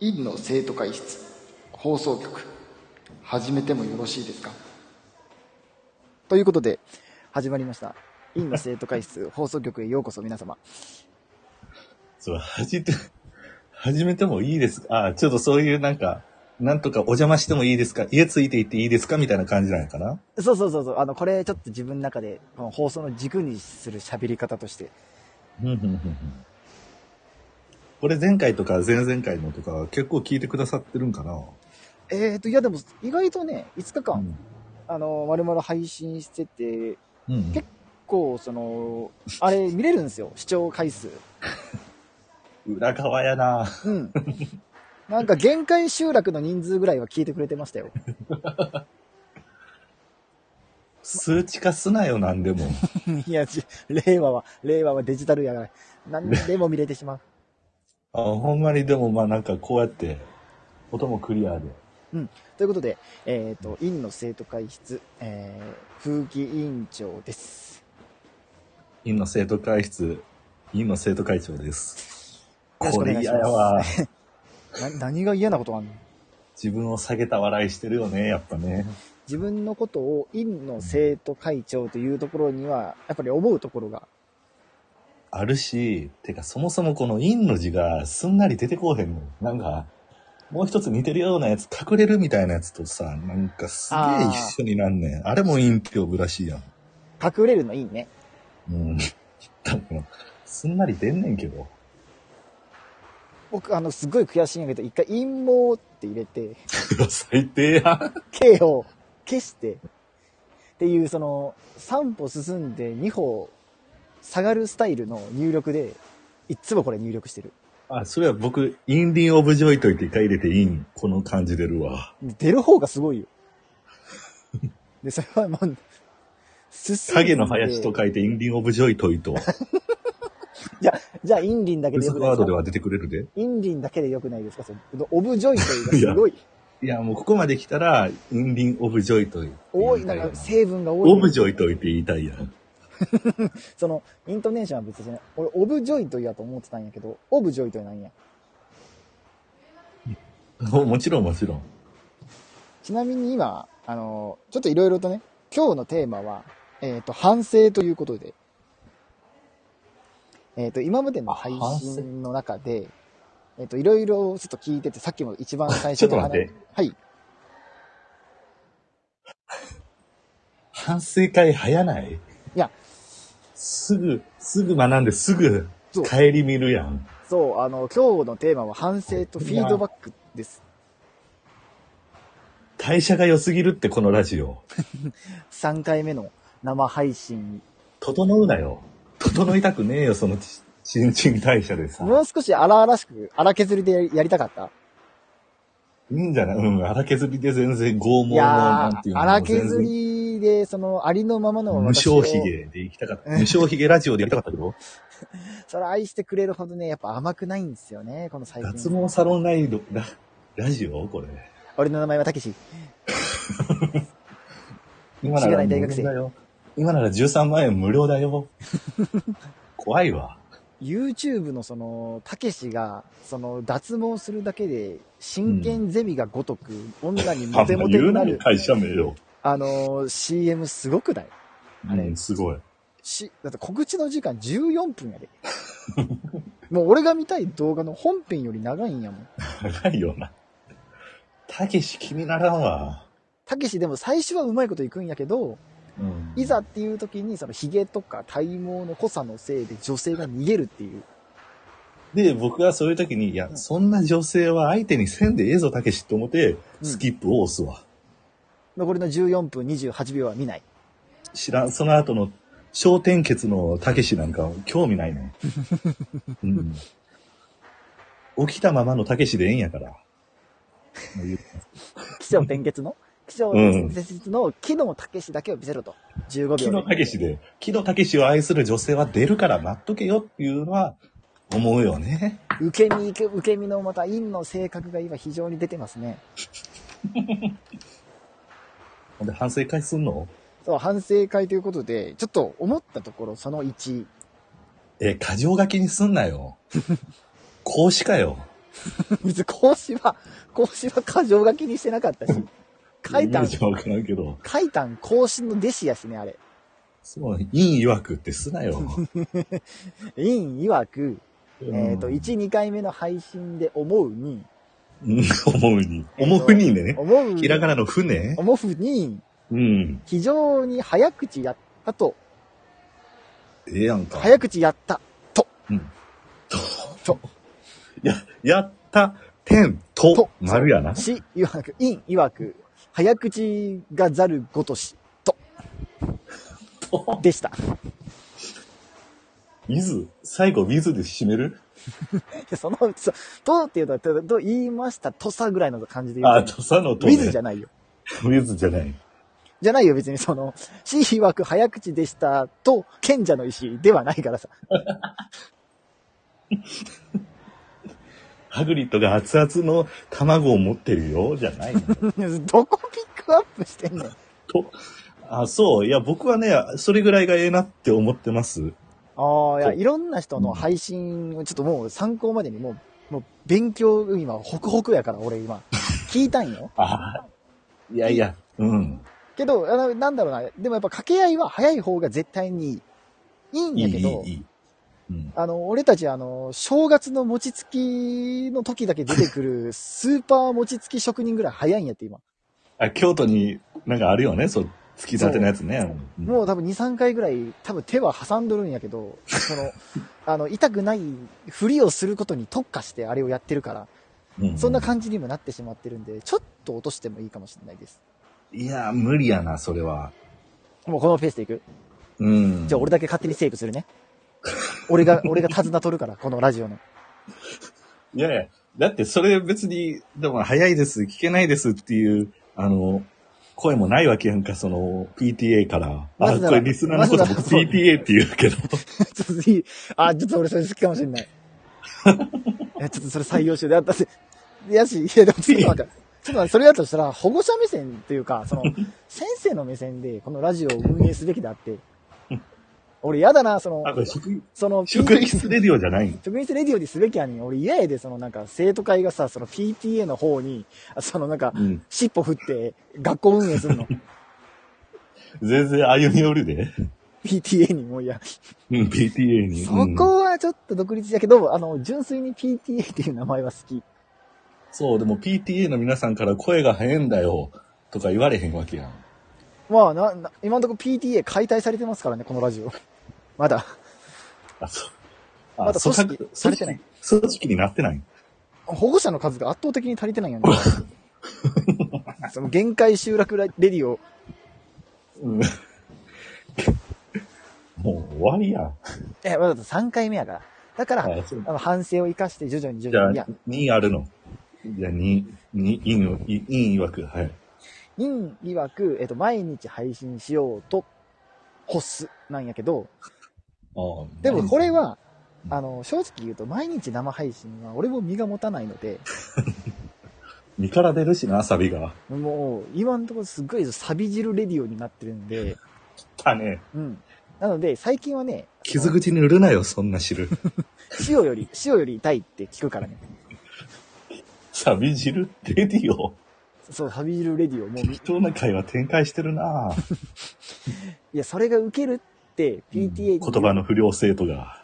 院の生徒会室放送局始めてもよろしいですかということで始まりました院の生徒会室放送局へようこそ皆様そう、始めて、始めてもいいですかあ、ちょっとそういうなんか、なんとかお邪魔してもいいですか家ついていっていいですかみたいな感じなのかなそうそうそうそうあのこれちょっと自分の中でこの放送の軸にする喋り方としてうんうんうんうんこれ前回とか前々回のとか結構聞いてくださってるんかなえーといやでも意外とね5日間、うん。あの丸々配信しててうん。結こうそのあれ見れるんですよ視聴回数裏側やなうん なんか限界集落の人数ぐらいは聞いてくれてましたよ数値化すなよ、なんでも。 いや、じ令和は、令和はデジタルやから、何でも見れてしまう。あ、ほんまにでもまあなんかこうやって、音もクリアで。ということで、えっ、と、院の生徒会室、えー、風紀委員長です。院の生徒会室、院の生徒会長です。よろしくこお願れいし嫌ますやわ。な何が嫌なことがあんの自分を下げた笑いしてるよね、やっぱね。自分のことを院の生徒会長というところには、やっぱり思うところが、あるし、てかそもそもこの陰の字がすんなり出てこうへんの。なんか、もう一つ似てるようなやつ、隠れるみたいなやつとさ、なんかすげえあー一緒になんねん。あれも陰って呼ぶらしいやん。隠れるのいいね。うん。多分、すんなり出んねんけど。僕、あの、すごい悔しいんやけど、一回陰謀って入れて、 最低やん。 K を消して、っていう、その、3歩進んで2歩下がるスタイルの入力で、いっつもこれ入力してる。あ、それは僕、インディンオブジョイといって一回入れてイン、この感じ出るわ。で出る方がすごいよ。で、それはもう、進んで影の林と。書いてインディンオブジョイトイと、じゃあ、インリンだけブでスよくクないワですードでかは出てくれるで。インリンだけでよくないですかその、オブジョイと いうのがすごい。いや、もうここまで来たら、インディンオブジョイトイ。多い、なんか成分が多い。オブジョイトイって言いたいやん。その、イントネーションは別に、ね、俺、オブジョイというやと思ってたんやけど、オブジョイというなんや。ももちろんもちろん。ちなみに今、あの、ちょっといろいろとね、今日のテーマは、えっ、と、反省ということで、えっ、と、今までの配信の中で、えっ、と、いろいろちょっと聞いてて、さっきも一番最初 ちょっと待ってはい。反省会早ないいや。すぐ、すぐ学んですぐそう、帰り見るやん。そう、あの、今日のテーマは反省とフィードバックです。代謝が良すぎるってこのラジオ。 3回目の生配信。整うなよ。整いたくねえよ、そのち新陳代謝でさ。もう少し荒々しく、荒削りでやりやりたかった。いいんじゃないうん、荒削りで全然剛毛いの、なやんていうー、の荒削。全然りで、その、ありのままの無私償を、髭で行きたかった。無償髭ラジオでやりた かったけど、それ愛してくれるほどね、やっぱ甘くないんですよね、この最脱近。毛サロンライド、ラ、ラジオこれ。俺の名前はたけし。今知らなならい大無学生料だよ。今なら13万円無料だよ。 怖いわ。 YouTube のその、たけしが、その、脱毛するだけで、真剣ゼミがごとく、女にモテモテになあんま言うる、会社名よ。あのー、CM すごくないあれうんすごい。し、だって告知の時間14分 やで。もう俺が見たい動画の本編より長いんやもん。高いよな。たけし気にならんわ。たけしでも最初はうまいこといくんやけど、うんいざっていう時にそのヒゲとか体毛の濃さのせいで女性が逃げるっていう。で、僕はそういう時に、いや、そんな女性は相手にせんでええぞ、たけしって思って、うんスキップを押すわ。残りの14分28秒は見ない。知らん、その後の、焦点結のたけしなんか興味ないね。 うん、起きたままのたけしでええん やから。気象転結の気象転結の木野武士だけを見せろと。15秒で。木野武史で、木野武史を愛する女性は出るから待っとけよっていうのは思うよね。受け身、受け受け身のまた陰の性格が今非常に出てますね。ほんで反省会すんのそう、反省会ということで、ちょっと思ったところ、その1。え、過剰書きにすんなよ。孔子かよ。別に孔子は、孔子は過剰書きにしてなかったし。書いたイメーん、ジはわからんけど。書いたん孔子の弟子やしね、あれ。そう、陰曰くってすなよ。委員曰く、 えっ、と、うん1、2回目の配信で思うに、うん思うに。思うにね。思うにひらがなの船思うに、うん。非常に早口やったと、ええやんか。早口やったと、と。や、やった、天、とと、丸やな。し、曰く、いん、曰く、早口がざるごとし、と、でした。 水、最後水で締めるその、そとっていうのは、とと言いました、とさぐらいの感じで言あ、うとさのと、と、ウィズじゃなないよ。い。水じゃない。じゃないよ、別にその、し曰く早口でしたと、賢者の石ではないからさ。 ハグリッドが熱々の卵を持ってるよ、じゃないの。どこピックアップしてんのと。あ、そう。いや、僕はね、それぐらいがええなって思ってます。ああ、いや、そういろんな人の配信をちょっともう参考までにもう、もう勉強、今、ホクホクやから、俺 今。聞いたんよ。あいやいや、うん。けど、あのなんだろうな、でもやっぱ掛け合いは早い方が絶対にいいんいやい、けいい、ど、いい。うん。あの、俺たち、あの、正月の餅つきの時だけ出てくる、 スーパー餅つき職人ぐらい早いんやって、今。あ、京都になんかあるよね、そう、突き立てのやつね。うんもう多分2、3回ぐらい、多分手は挟んどるんやけど、その、あの、痛くないふりをすることに特化してあれをやってるから、うそんな感じにもなってしまってるんで、ちょっと落としてもいいかもしれないです。いや、無理やな、それは。もうこのペースでいくうん。じゃあ俺だけ勝手にセーブす るね。俺が、俺が手綱取るから、このラジオの。 いやいや、だってそれ別に、でも早いです、聞けないですっていう、あの、声もないわけやんか、その、PTA から。なあ、ぜならこれリスナーのことなぜな僕らそう PTA って言うけちど。ょっといい。あ、ちょっと俺それ好きかもしれ ない。いや、ちょっとそれ採用しよう。だだって、いやし、いや、でもちょっと待って。ちょっと待って、それだとしたら、保護者目線というか、その、先生の目線で、このラジオを運営すべきだ って。俺嫌だな、そのあ、、これ職、その、職員室レディオじゃないん。職員室レディオにすべきやねん。俺嫌やで、そのなんか、生徒会がさ、その PTA の方に、あそのなんかう、ん。尻尾振って、学校運営するの。全然歩み寄るで。 PTA にもういや。うん、PTA に。そ うんこはちょっと独立だけど、あの、純粋に PTA っていう名前は好き。そう、でも PTA の皆さんから声が早いんだよ、とか言われへんわけやん。まあ、な、な今のところ PTA 解体されてますからね、このラジオ。まだ。あ、そう。あまだ組織組されてない織組織になってない。保護者の数が圧倒的に足りてない よね。その限界集落レディオ。うん もう終わりやん。え、まだ3回目やから。だから、あそうあの、反省を生かして徐々に徐じゃ々あに。いや、、 2あるの。じゃあ、2、2、インを、イン曰く、はい。人曰く、えっと、毎日配信しようと、欲す、なんやけど、でもこれ、は、あの、正直言うと、毎日生配信は俺も身が持たないので、身から出るしな、サビが。もう、今のところすっごいサビ汁レディオになってるんで、だね。うん。なので、最近はね、傷口に塗るなよ、そんな汁。塩より、塩より痛いって聞くからね。サビ汁レディオ。そう、サビ汁レディオもう、貴重な会話展開してるないや、それがウケるって、PTA 言に葉の不良生徒が。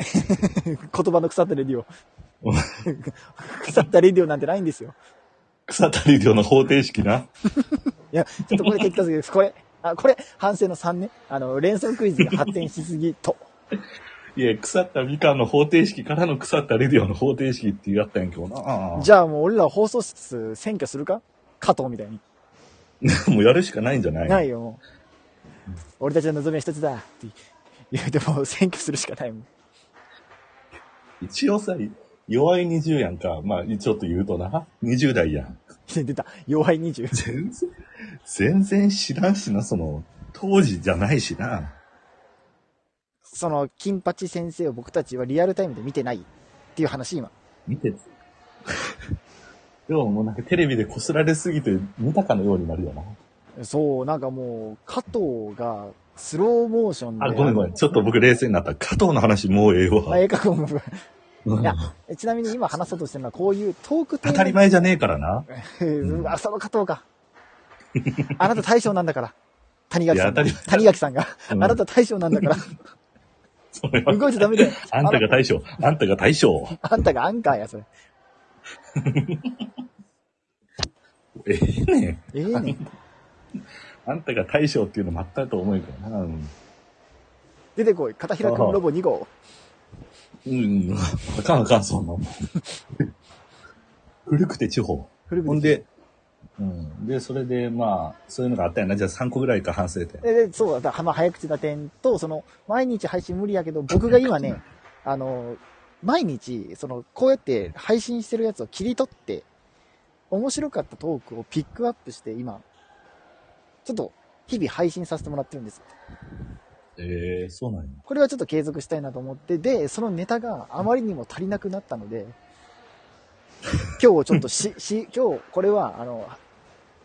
言葉の腐ったレディ オ。腐ったレディオなんてないんですよ。草足り量の方程式な。いや、ちょっとこれ結果すぎです。これ、あ、これ、反省の3ね。あの、連想クイズが発展しすぎと。いや、腐ったみかんの方程式からの腐ったレディオの方程式ってやったんやけどなじゃあもう俺ら放送室占拠するか加藤みたいに。ゃもうやるしかないんじゃないないよ、もう。俺たちの望みは一つだって言うても、占拠するしかないもん。一応さ、弱い20やんか。まあ、ちょっと言うとな。20代やん。出た。弱い20。全然、全然知らんしな、その、当時じゃないしな。その、金八先生を僕たちはリアルタイムで見てないっていう話、今。見て。 でももうなんかテレビで擦られすぎて見たかのようになるよな。そう、なんかもう、加藤が、スローモーションで。あ、ごめんごめん。ちょっと僕冷静になった。加藤の話もうええあ、わ。ええか、ごめんごめん。うんいやちなみに今話そうとしてるのは、こういうトークテー当マたり前じゃねえからな。うん浅野加藤か。あなた大将なんだから。谷垣さんが。いや当たり前谷垣さんが。うんあなた大将なんだから。それは。動いちゃダメだよ。あんたが大将。あんたが大将。あんたがアンカーや、それ。ええねん。ええねん。あんたが大将っていうの全くと思えんからな。うん。出てこい。片平くんロボ2号。うん。うんあかんあかん、そんなも ん。古くて地方。古ほん口。で、うん。で、それで、まあ、そういうのがあったよな。じゃあ3個ぐらいか、反省点。で、でそうだ、だからまあ早口な点と、その、毎日配信無理やけ ど、僕が今ね、あの、毎日、その、こうやって配信してるやつを切り取って、面白かったトークをピックアップして、今、ちょっと、日々配信させてもらってるんです。ええそうなんや。これはちょっと継続したいなと思って、で、そのネタがあまりにも足りなくなったので、 今日ちょっと し、し、今日、これは、あの、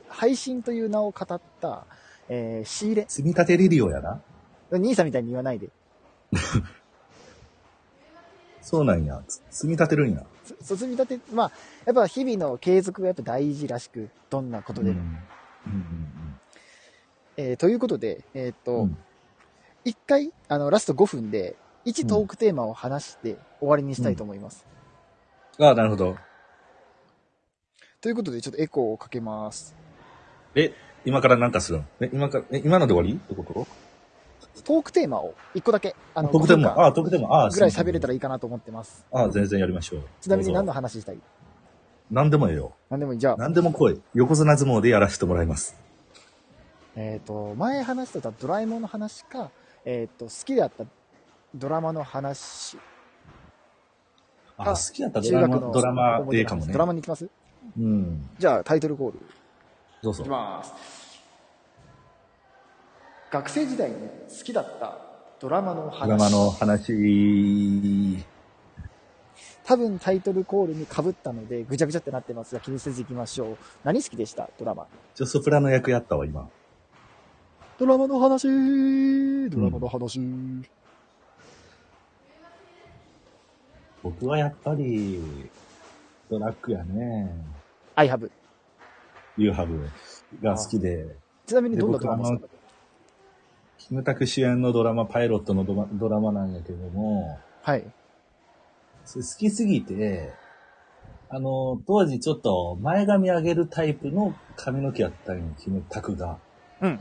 配信という名を語った、えー仕入れ。積み立てレディオやな。兄さんみたいに言わないで。そうなんや。つ積み立てるんや。そ積み立て、まあ、やっぱ日々の継続がやっぱ大事らしく、どんなことうん。うでんも。うんえーということで、えーっうと、ん。うん一回、あの、ラスト5分で、1トークテーマを話して終わりにしたいと思います。ああ、なるほど。ということで、ちょっとエコーをかけます。え、今からなんかするのえ、今から、え、今ので終わりってことトークテーマを1個だけ、あの、特5典分間も、ああ、特典も、ああ、ぐらい喋れたら。らいいかなと思ってます。ああ、全然やりましょう。ちなみに何どのうぞ話したい何でもええよ。何でもいい。じゃあ、何でも来い。横綱相撲でやらせてもらいます。えっ、と、前話してたドラえもんの話か、えっ、と、好きだったドラマの話、あああ、好きだったド中ラ学マ、のドラマ思いで出えかもねド。ラマに行きますうん。じゃあ、タイトルコール。どうぞいき。ます。学生時代に好きだったドラマの話。ドラマの話。多分タイトルコールに被ったので、ぐちゃぐちゃってなってますが、気にせず行きましょう。何好きでしたドラマ。ちょ、ソプラノ役やったわ、今。ドラマの話ドラマの話、僕はやっぱり、ドラッグやね。アイハブ。ユーハブが好きで、ちなみにどんなドラマですかキムタク主演のドラマ、パイロットのドラドラマなんやけども、はい。それ好きすぎて、あの、当時ちょっと前髪上げるタイプの髪の毛やったんよ、キムタクが。うん。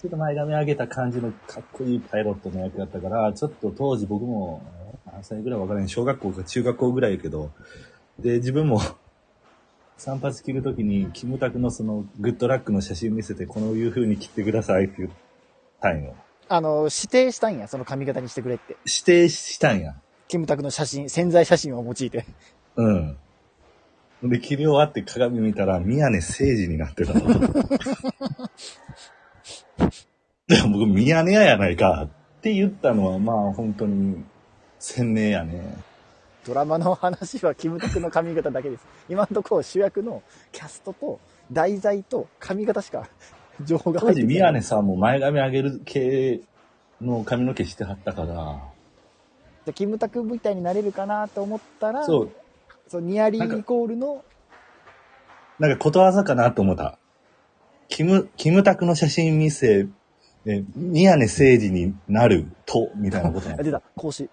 ちょっと前髪上げた感じのかっこいいパイロットの役やったから、ちょっと当時僕も、何歳ぐらいわからへん、小学校か中学校ぐらいやけど、で、自分も、散髪切るときに、キムタクのその、グッドラックの写真見せて、このいう風に切ってくださいって言ったんよ。あの、指定したんや、その髪型にしてくれって。指定したんや。キムタクの写真、潜在写真を用いて。うん。で、切り終わって鏡見たら、宮根誠司になってたの。でも僕、宮根屋やないかって言ったのは、まあ本当に、鮮明やね。ドラマの話はキムタクの髪型だけです。今のところ主役のキャストと題材と髪型しか 情報が入当って時、きて宮ない。根さんも前髪上げる系の髪の毛してはったから、でキムタクみたいになれるかなと思ったら、そう、そうニアリーイコールの、なんかことわざかなと思った。キム、キムタクの写真見せ、え宮根誠司になると、みたいなことなあの出た、講師。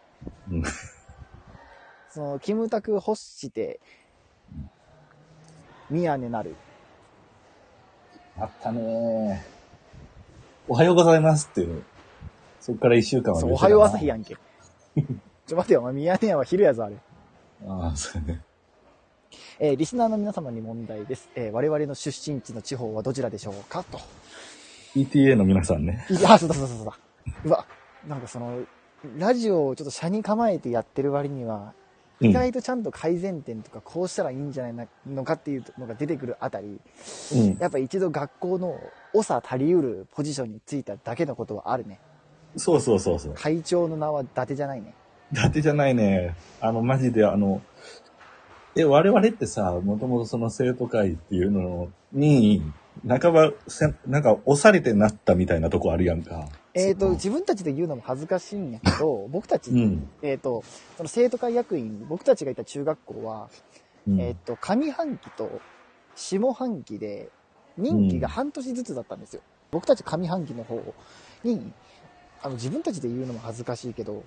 うんその、キムタク欲して、宮根なる。あったねおはようございますっていう。そっから一週間はそう、おはよう朝日や。やんけ。ちょ、待てよ、お前宮根屋は昼やぞ、あれ。ああ、そうね。えーリスナーの皆様に問題です。えー我々の出身地の地方はどちらでしょうかと。 ETA の皆さんね。いや、そうだそうだそうだ。うわ、なんかその、ラジオをちょっと車に構えてやってる割には、うん意外とちゃんと改善点とか、こうしたらいいんじゃないのかっていうのが出てくるあたり、うん。やっぱ一度学校の長足りうるポジションについただけのことはあるね。そうそうそうそう。会長の名は伊達じゃないね。だってじゃないね。あの、マジであの、え、我々ってさ、もともとその生徒会っていうのに、半ばせん、なんか押されてなったみたいなとこあるやんか。えっ、と、自分たちで言うのも恥ずかしいんやけど、僕たち、うん。えっ、と、その生徒会役員、僕たちがいた中学校は、うんえっ、と、上半期と下半期で、任期が半年ずつだったんですよ。僕たち上半期の方に、あの、自分たちで言うのも恥ずかしいけど、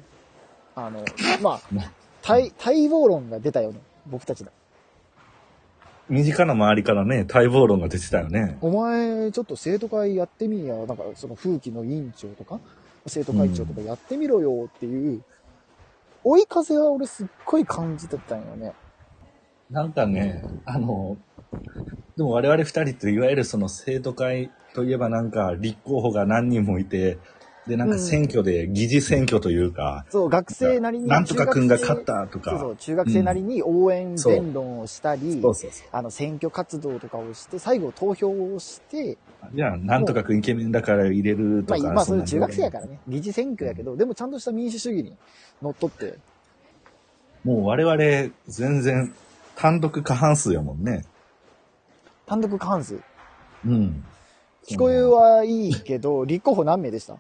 あの、ま あ、待、待望論が出たよね。僕たちの。身近な周りからね、待望論が出てたよね。お前、ちょっと生徒会やってみや、なんか、その風紀の委員長とか、生徒会長とかやってみろよっていう、追い風は俺すっごい感じてたんよね。なんかね、あの、でも我々二人っていわゆるその生徒会といえばなんか立候補が何人もいて、で、なんか選挙で疑似選挙というか、そう、学生なりに。なんとか君が勝っ中たと学生。そうそかう、。中学生なりに応援そう弁論をしたり、そうそうそあの、選挙活動とかをして、最後投票をして、う。じゃあ、なんとか君イケメンだから入れるとまあ、か。今そんれな中学生やからね。議事選挙やけど、でもちゃんとした民主主義に乗っ取って、もう我々、全然、単独過半数やもんね。単独過半数。うん。聞こえはいいけど、立候補何名でした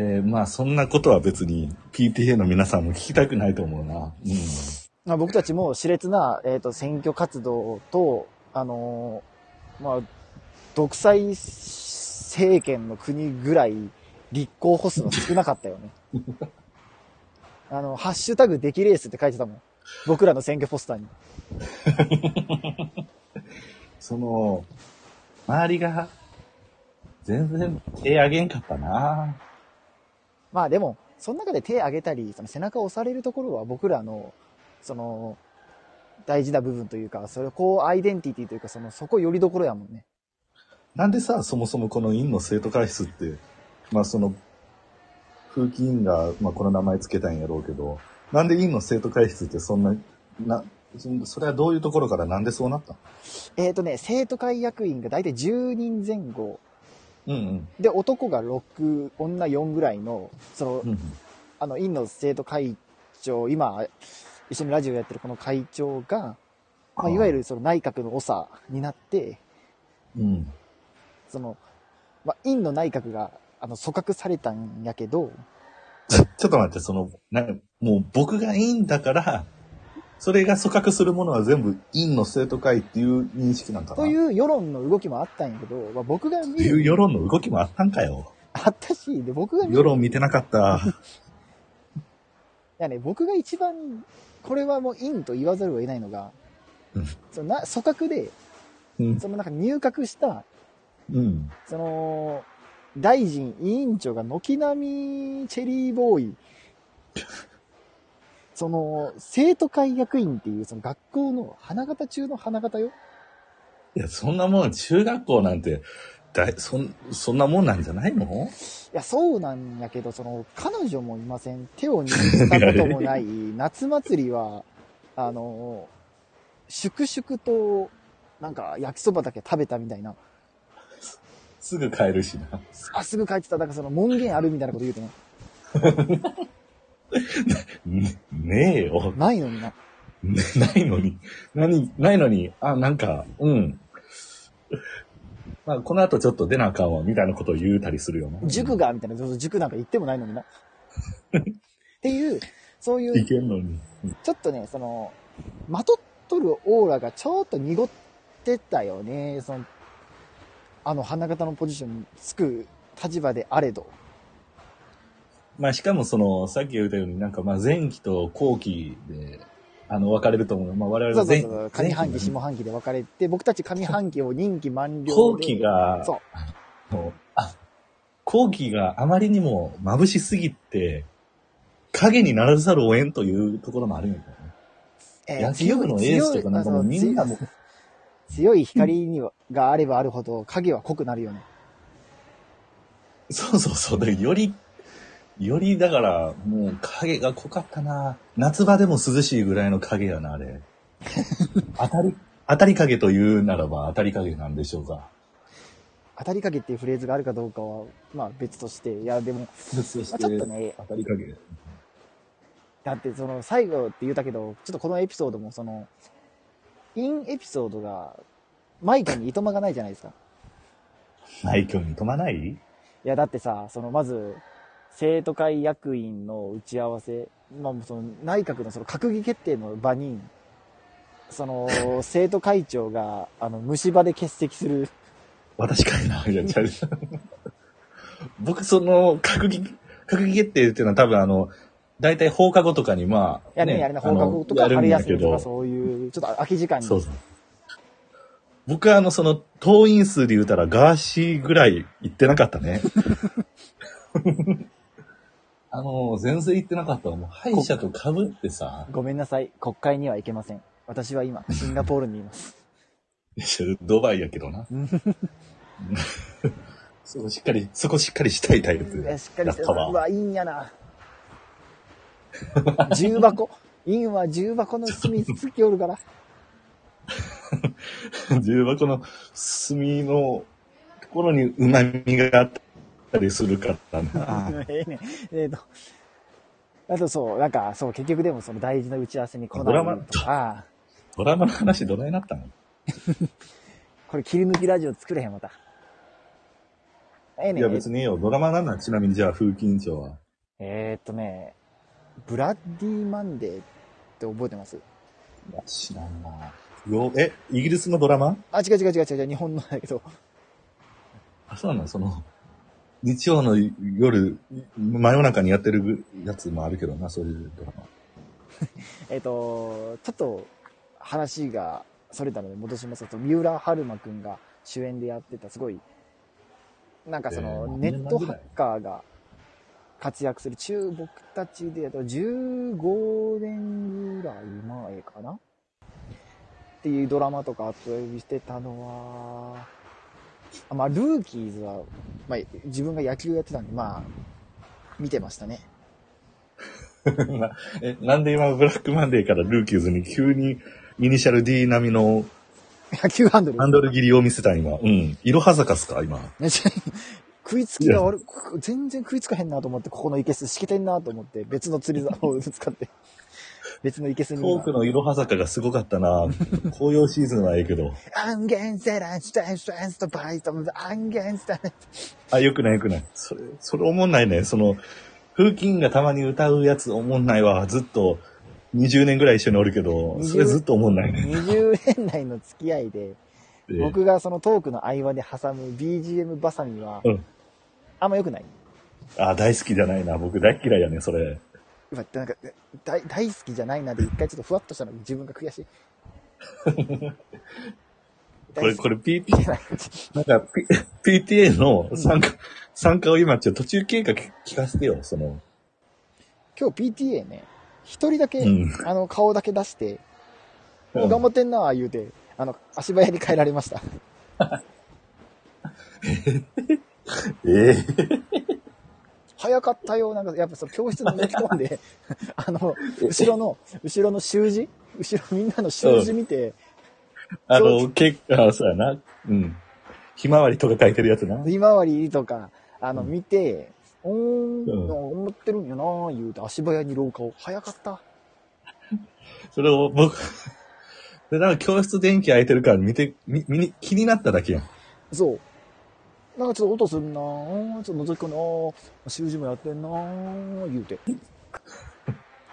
えーまあ、そんなことは別に、PTA の皆さんも聞きたくないと思うな。うん。まあ、僕たちも熾烈な、えっと選挙活動と、あのーまあ、独裁政権の国ぐらい立候補数は少なかったよね。 あの、ハッシュタグ出来レースって書いてたもん。僕らの選挙ポスターに。その、周りが、全然手あげんかったな。まあでも、その中で手挙げたり、その背中を押されるところは僕らの、その、大事な部分というか、それをこうアイデンティティというか、その、そこよりどころやもんね。なんでさ、そもそもこの院の生徒会室って、まあその、風紀委員が、まあ、この名前つけたんやろうけど、なんで院の生徒会室ってそんな、な、そそれはどういうところからなんでそうなったのえっ、とね、生徒会役員が大体10人前後、うんで、男が6、女4ぐらいの、その、うん。あの、院の生徒会長、今、一緒にラジオやってるこの会長が、まあ、あーいわゆるその内閣の長になって、うん。その、まあ、院の内閣が、あの、組閣されたんやけど、ちょ、ちょっと待って、その、なんか、もう僕が院だから、それが組閣するものは全部院の生徒会っていう認識なんかな。という世論の動きもあったんやけど、まあ、僕がって見いうる、世論の動きもあったんかよ。あったし、で、僕が 見る、世論見てなかった。いやね、僕が一番、これはもう院と言わざるを得ないのがうん、そのな、組閣で、うん。そのなんか入閣したうん。その、大臣、委員長が軒並みチェリーボーイ。 その、生徒会役員っていう、その学校の花形中の花形よ。いや、そんなもん、中学校なんて、だい、そん、そんなもんなんじゃないのいや、そうなんやけど、その、彼女もいません。手を握ったこともない、夏祭りは、あの、粛々と、なんか、焼きそばだけ食べたみたいな。すぐ帰るしな。あ、すぐ帰ってた。なんかその、門限あるみたいなこと言うてね。ね、ねえよ。ないのにな。ねないのに。何、ないのに、あ、なんか、うん。まあ、この後ちょっと出なあかんわ、みたいなことを言うたりするよな。塾がみたいな、塾なんか行ってもないの にな。っていう、そうい、いうけんのに。ちょっとね、その、まとっとるオーラがちょっと濁ってたよね。その、あの、花形のポジションにつく立場であれど。まあ、しかもその、さっき言ったように、なんか、まあ、前期と後期で、あの、分かれると思う。まあ、我々そはうそう前そう。上半期、前下半期で分かれて、僕たち上半期を任期満了 で。後期が、そう。もうあ、後期があまりにも眩しすぎて、影にならざるを得んというところもあるんやけえどね。野球部のエースとかなんかもうみんなもう、強い光にはがあればあるほど影は濃くなるよね。そうそうそう。で、より、よりだから、もう影が濃かったな夏場でも涼しいぐらいの影やな、あれ。当 たり、当たり影というならば当たり影なんでしょうか。当たりかけっていうフレーズがあるかどうかは、まあ別として。いや、でも、そしまあちょっとね、当たり影。だってその最後って言ったけど、ちょっとこのエピソードもその、インエピソードが、マイカにいとまがないじゃないですか。内挙に飛まないいや、だってさ、その、まず、生徒会役員の打ち合わせ、まあ、その、内閣のその、閣議決定の場に、その、生徒会長が、あの、虫歯で欠席する。私かいな、いや、ちゃう。僕、その、閣議、閣議決定っていうのは多分あの、大体放課後とかに、まあ、やるね、やるね、放課後とか、あのやる春んだ休けみとどか、そういう、ちょっと空き時間に。そうそう。僕はあの、その、党員数で言うたらガーシーぐらい行ってなかっ たね。あの、全然行ってなかったわ。もう歯医者と被ってさ、ごめんなさい、国会には行けません。私は今、シンガポールにいます。ドバイやけどな。 そこしっかり、そこしっかりしたいタイプいやしっかりしてる。だったわうわ、いいんやな。重箱。インは重箱の隅つきおるから。重箱の炭のところに旨味があったりするからな。ええね。えっ、と。あとそう、なんか、そう、結局でもその大事な打ち合わせに来ないドラマとか、ドラマの話どないなったのこれ切り抜きラジオ作れへん、また。ええいねや別にいいよ。ドラマなんだ。ちなみにじゃあ、風紀委員長は。えーっとね、ブラッディマンデーって覚えてますいや知らんな。よ、え、イギリスのドラマあ、違う違う違う違う違う、日本のだけど。あ、そうなのその、日曜の夜、真夜中にやってるやつもあるけどな、そういうドラマ。えっ、と、ちょっと話がそれたので戻しますと、三浦春馬くんが主演でやってた、すごい、なんかそえの、ーネットハッカーが活躍する中、僕たちでやと15年ぐらい前かなっていうドラマとか遊びしてたのは、あまあ、ルーキーズは、まあ、自分が野球やってたんで、まあ、見てましたね。 な え、なんで今、ブラックマンデーからルーキーズに急に、イニシャル D 並みの野球ハンドル。ハンドル切りを見せた今。うん。いろは坂っすか今。ね、ち食いつきが悪く、全然食いつかへんなと思って、ここのイケス敷けてんなと思って、別の釣り竿を使って、別のイケスにトー今ク、のいろは坂がすごかったな紅葉シーズンはええけど。アンゲンセランステンステンスとバイトム、アンゲンステンあ、よくないよくない。それ、それおもんないね。その、風紀委員がたまに歌うやつおもんないわ。ずっと、20年ぐらい一緒におるけど、それずっとおもんないね。 20年来の付き合いで、で僕がそのトークの合間で挟む BGM バサミはうん、あんま良くない。あ、大好きじゃないな。僕大っ嫌いやね、それ。うわなんか大、大好きじゃないなで、一回ちょっとふわっとしたのが自分が悔しい。これ、これ大 P、好きじゃない。なんか P、PTA の参加、参加を今、ちょっと途中経過聞聞かせてよ、その。今日 PTA ね、一人だけ、うんあの、顔だけ出して、うんもう頑張ってんな、言うて、あの、足早に帰られました。ええ早かったよ、なんか、やっぱその教室に乗り込ん で、あの、後ろの、後ろの習字後ろみんなの習字見て、あその、けあ、そうやな。うん。ひまわりとか書いてるやつな。ひまわりとか、あの、うん見て、うーん、うん思ってるんやな言うて、足早に廊下を、早かった。それを僕、 で、なんか教室電気開いてるから見て、み、見に、気になっただけやん。そう。なんかちょっと音するなぁ、ちょっと覗き込んで、ああ、習字もやってんなぁ、 言うて。い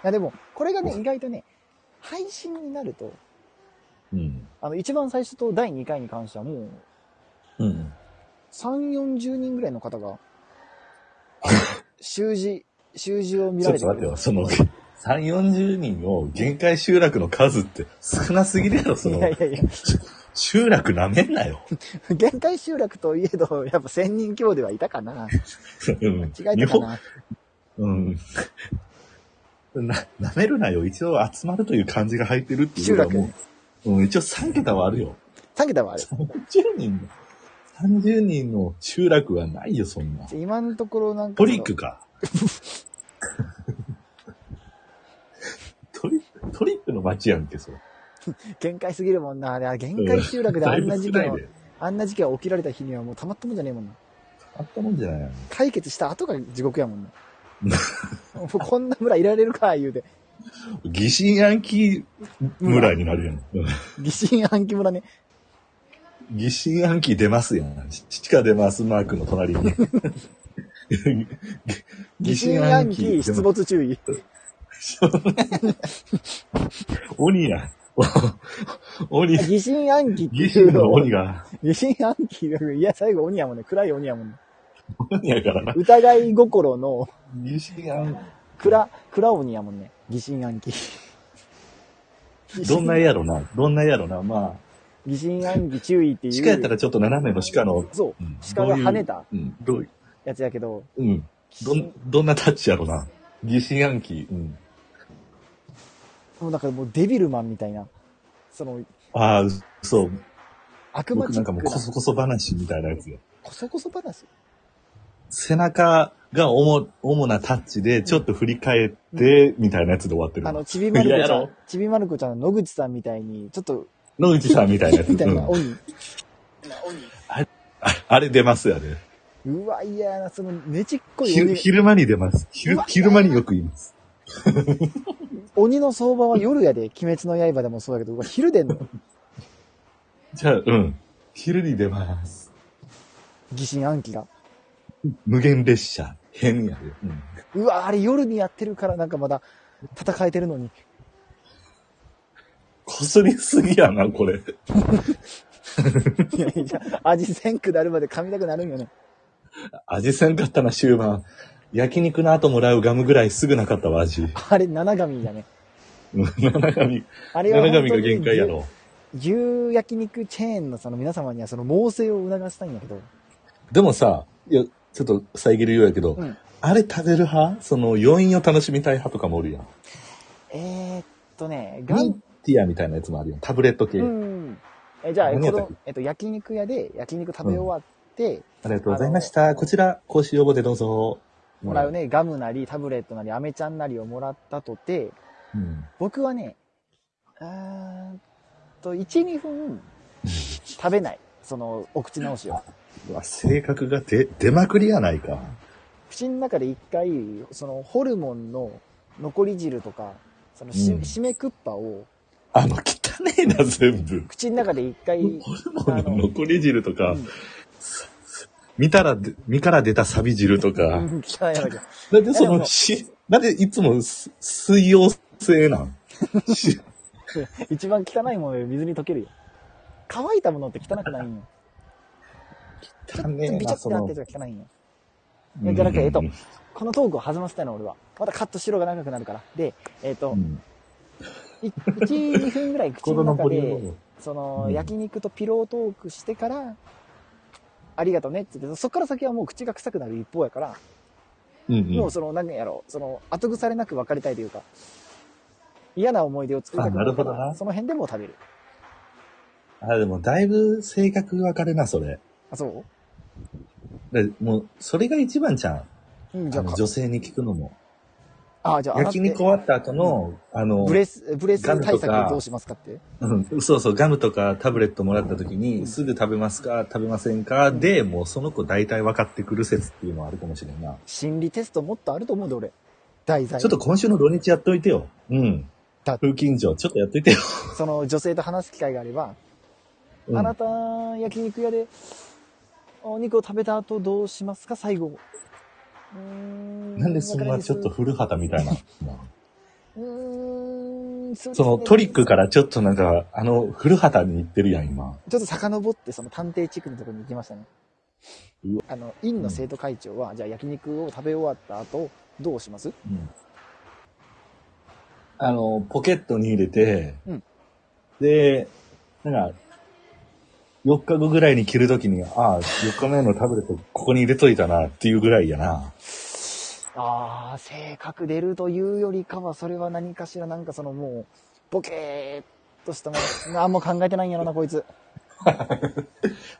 やでも、これがね、意外とね、配信になると、うん。あの、一番最初と第2回に関してはもう、うん。 3、40人ぐらいの方 が、習字、習字を見ちらょっれてくと待っるてよ、その、3、40人の限界集落の数って少なすぎるやろ、そのいや、いやいや、集落なめんなよ。限界集落といえど、やっぱ1000人規模ではいたかな。うん違えたかな。うん。な、なめるなよ。一応集まるという感じが入ってるっていうのはもう、うん、一応3桁はあるよ。 3桁はある。 30人の、30人の集落はないよ、そんな。今のところなんかトその、リックか。 トリック、トリックの街やんけ、それ。限界すぎるもんな。あれ、限界集落であんな事だい件ぶを少ないで。あんな事件が起きられた日にはもうたまったもんじゃねえもんな。あったもんじゃないやん。解決した後が地獄やもんな。もうこんな村いられるか、言うて。疑心暗鬼村になるやん。疑心暗鬼村ね。 疑心暗鬼出ますやん。父が出ますマークの隣に。疑心暗鬼、出没注意。鬼や。鬼、疑心暗鬼ってい疑心うののを鬼が、疑心暗鬼、いや、最後鬼やもんね。暗い鬼やもんね。鬼やからな。疑い心の疑心暗暗、暗鬼やもんね。疑心暗鬼。鬼。どんなやろな。どんなやろな。ま疑心暗鬼注意ってあ、いう。鹿やったらちょっと斜めの鹿の、。そううん鹿が跳ねどたういう。うん。どういう、やつやけど、うん。どん、どんなタッチやろな。疑心暗鬼。うん。もうなんかもうデビルマンみたいな、その、ああ、そう。悪魔僕チなんックかもな、うこそこそ話みたいなやつよ。こそこそ話。背中が主、主なタッチで、ちょっと振り返って、みたいなやつで終わってるあわの、。ちびまるいや子やちゃろん、ちびまる子ちゃんの野口さんみたいに、ちょっと、野口さんみたいなやつ。みたいうなん鬼。ああれ出ますやで。うわ、いやな、その、ねちっこい昼鬼。昼間に出ます。昼うわ昼間によく言います。鬼の相場は夜やで、鬼滅の刃でもそうだけど、うわ、昼でんの。じゃあ、うん。昼に出ます。疑心暗鬼が。無限列車。変やで。うん。うわ、あれ夜にやってるから、なんかまだ、戦えてるのに。こすりすぎやな、これ。いやいや、味せんくなるまで噛みたくなるんよね。味せんかったな、終盤。焼肉の後もらうガムぐらいすぐなかったわ、味。あれ、七神だね。うん七神、あれは七本当に神が限界やろ。牛。牛焼肉チェーンのその皆様にはその猛省を促したいんだけど。でもさ、いや、ちょっと遮るようやけど、うんあれ食べる派その、余韻を楽しみたい派とかもおるやん。えー、っとね、ガミンン、ティアみたいなやつもあるやん。タブレット系。うん。え、じゃあ、何こやったっけの、えっと、焼肉屋で焼肉食べ終わって、ありがとうございました。こちら、講師応募でどうぞ。もらう。ね、ガムなり、タブレットなり、アメちゃんなりをもらったとて、うん。僕はね、うーんと、1、2分、 食べない。その、お口直しを。うわ、性格が出、出まくりやないか。口の中で一回、その、ホルモンの残り汁とか、その、し、うん締めクッパを、あの、汚ねえな、全部。口の中で一 回、あの残り汁とか、うん見たらで、見から出たサビ汁とか。うん汚いわけ。なんでいそやでの、もし、なんでいつもす水溶性なんし 一番汚いものより水に溶けるよ。乾いたものって汚くないんよ。汚ねえビチな、ャってそなっのて。るやつが汚いんよ。いやじゃなくてえっとうんこのトークを弾ませたいの俺は。またカットしろが長くなるから。で、えっ、と、うんい1、2分ぐらい口心のの中ボリューで、ム。その、うん焼肉とピロートークしてから、ありがとうねって言って、そっから先はもう口が臭くなる一方やから、うんもう。うんその、何やろう、その、後腐れなく別れたいというか、嫌な思い出を作りたくないかあなるほどら、なその辺でもう食べる。あ、でもだいぶ性格分かれな、それ。あ、そでもう、それが一番じゃん。ううん、じゃああのか、女性に聞くのも。あ、じゃあ、焼肉終わった後の、あのブ、レス、ブレスガムと対か策どうしますかって。うんそうそう、ガムとかタブレットもらった時に、うんすぐ食べますか、食べませんか、うんで、もうその子大体分かってくる説っていうのはあるかもしれんな。心理テストもっとあると思うで、俺。題材。ちょっと今週の土日やっといてよ。うん。だ風近所、ちょっとやっといてよ。その女性と話す機会があれば、うんあなた、焼肉屋で、お肉を食べた後どうしますか最後。うーんなんでそんなちょっとわか古畑みたいな。りますうーん、そうですそねのトリックからちょっとなんか、あの、古畑に行ってるやん、今。ちょっと遡って、その探偵地区のところに行きましたねうわ。あの、院の生徒会長は、じゃあ焼肉を食べ終わった後、どうしますうん。あの、ポケットに入れて、うんで、なんか、4日後ぐらいに着るときに、ああ、4日前のタブレットここに入れといたなっていうぐらいやな。ああ、性格出るというよりかは、それは何かしら、なんかそのもう、ボケーっとしたもの、何も考えてないんやろな、こいつ。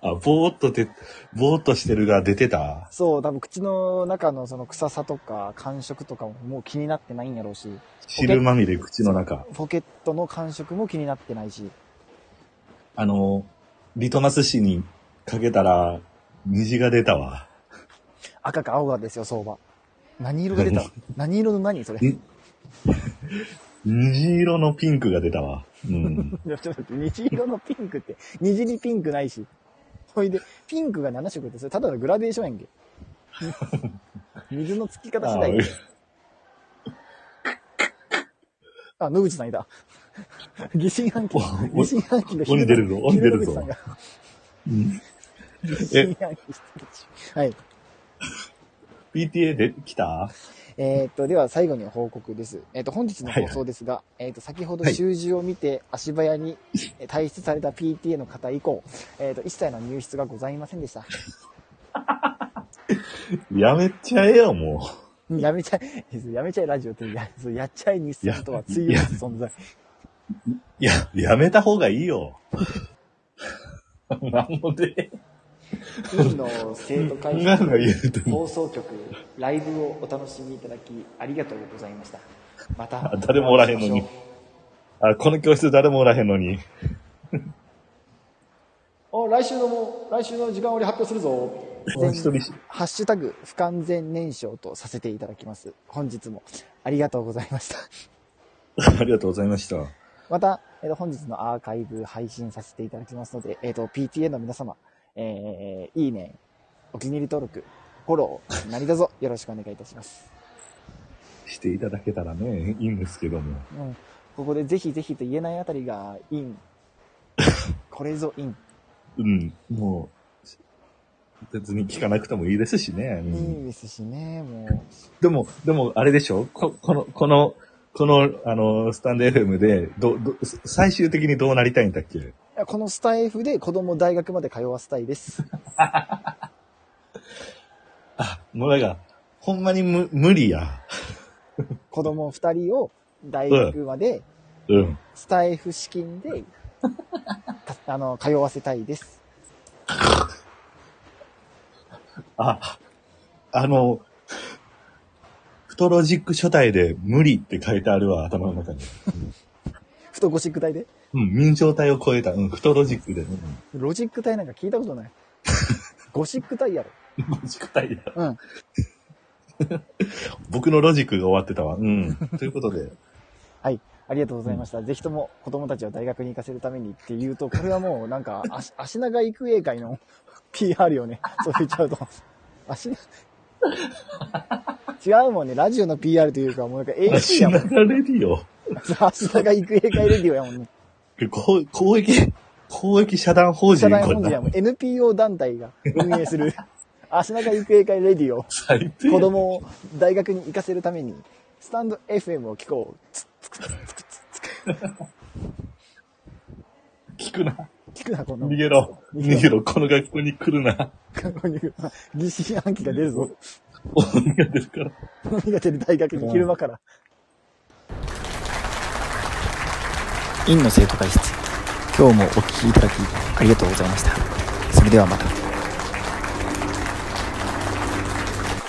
あ、ぼーっとて、ぼーっとしてるが出てた。そう、多分口の中のその臭さとか感触とかももう気になってないんやろうし、汁まみれ口の中。ポケットの感触も気になってないし、あの、リトマス紙にかけたら、虹が出たわ。赤か青がですよ、相場。何色が出た何色の何それ。ん虹色のピンクが出たわ。 うん。いやちょっと待って、虹色のピンクって、虹にピンクないし。ほいで、ピンクが7色って、それただのグラデーションやんけ。 水のつき方次第で。あ、野口さんいた。 疑心暗鬼だ。お疑心暗鬼の鬼出るぞ鬼出るぞさんがうん 疑心暗鬼してるしはい。 PTA で来たえーっと、では最後に報告です。えーっと、本日の放送ですが、えーっと、先ほど習字を見て足早にえー退出された PTA の方以降、えーっと、一切の入室がございませんでした。やめちゃえよ、もやめちゃえ、やめちゃえラジオって、やそうやっちゃえ日産とは通用する存在。う。いや、やめた方がいいよ。 なんもで。委員の生徒会 なんか言うても。放送局、ライブをお楽しみいただき、ありがとうございました。またあ、誰もおらへんのに。あ、この教室誰もおらへんのに。お来週のも、来週の時間割り発表するぞ。もう 一人しハッシュタグ、不完全燃焼とさせていただきます。本日もありがとうございました。ありがとうございました。また、えーと本日のアーカイブ配信させていただきますので、えっ、と、PTA の皆様、えー、いいね、お気に入り登録、フォロー、何だぞ、よろしくお願いいたします。していただけたらね、いいんですけども。うん。ここでぜひぜひと言えないあたりが、イ ン。これぞイン。うん、もう、別に聞かなくてもいいですしね。うんいいですしね、もう。でも、でも、あれでしょここの、この、この、あの、スタンド FM で、ど、ど、最終的にどうなりたいんだっけいやこのスタイフで子供を大学まで通わせたいです。あ、もうなんか、ほんまにむ、無理や。子供二人を大学までうん。スタイフ資金で、た あの、通わせたいです。あ、あの、フトロジック書体で無理って書いてあるわ、頭の中に。ふとゴシック体で。うん、民調体を超えた。うん、フトロジックで。うん。ロジック体なんか聞いたこと ない。ゴシック体やろ。ロジック体だ。うん。僕のロジックが終わってたわ。うん。ということで、はい。ありがとうございました。ぜひとも子供たちを大学に行かせるためにっていうと、これはもうなん か、足足長育英会の PR よ ね。そう言っちゃうと。足、違うもんね。ラジオの PR というか、もうなんか AC 足やもん 長。レディオ。足長育英会レディオやも んね。こう公益、公益社団法社人団こ本ん人やなもん。NPO 団体が運営 する、足長育英会レディオ。最低。子供を大学に行かせるために、スタンド FM を聞こう。つ聞くな。聞くな、この。逃げろ。逃げろ逃げろ。この学校に来るな。この疑心暗鬼が出るぞ。鬼が出るから。何が出る大学に昼間から。院の生徒会室。今日もお聞きいただき、ありがとうございました。それではまた。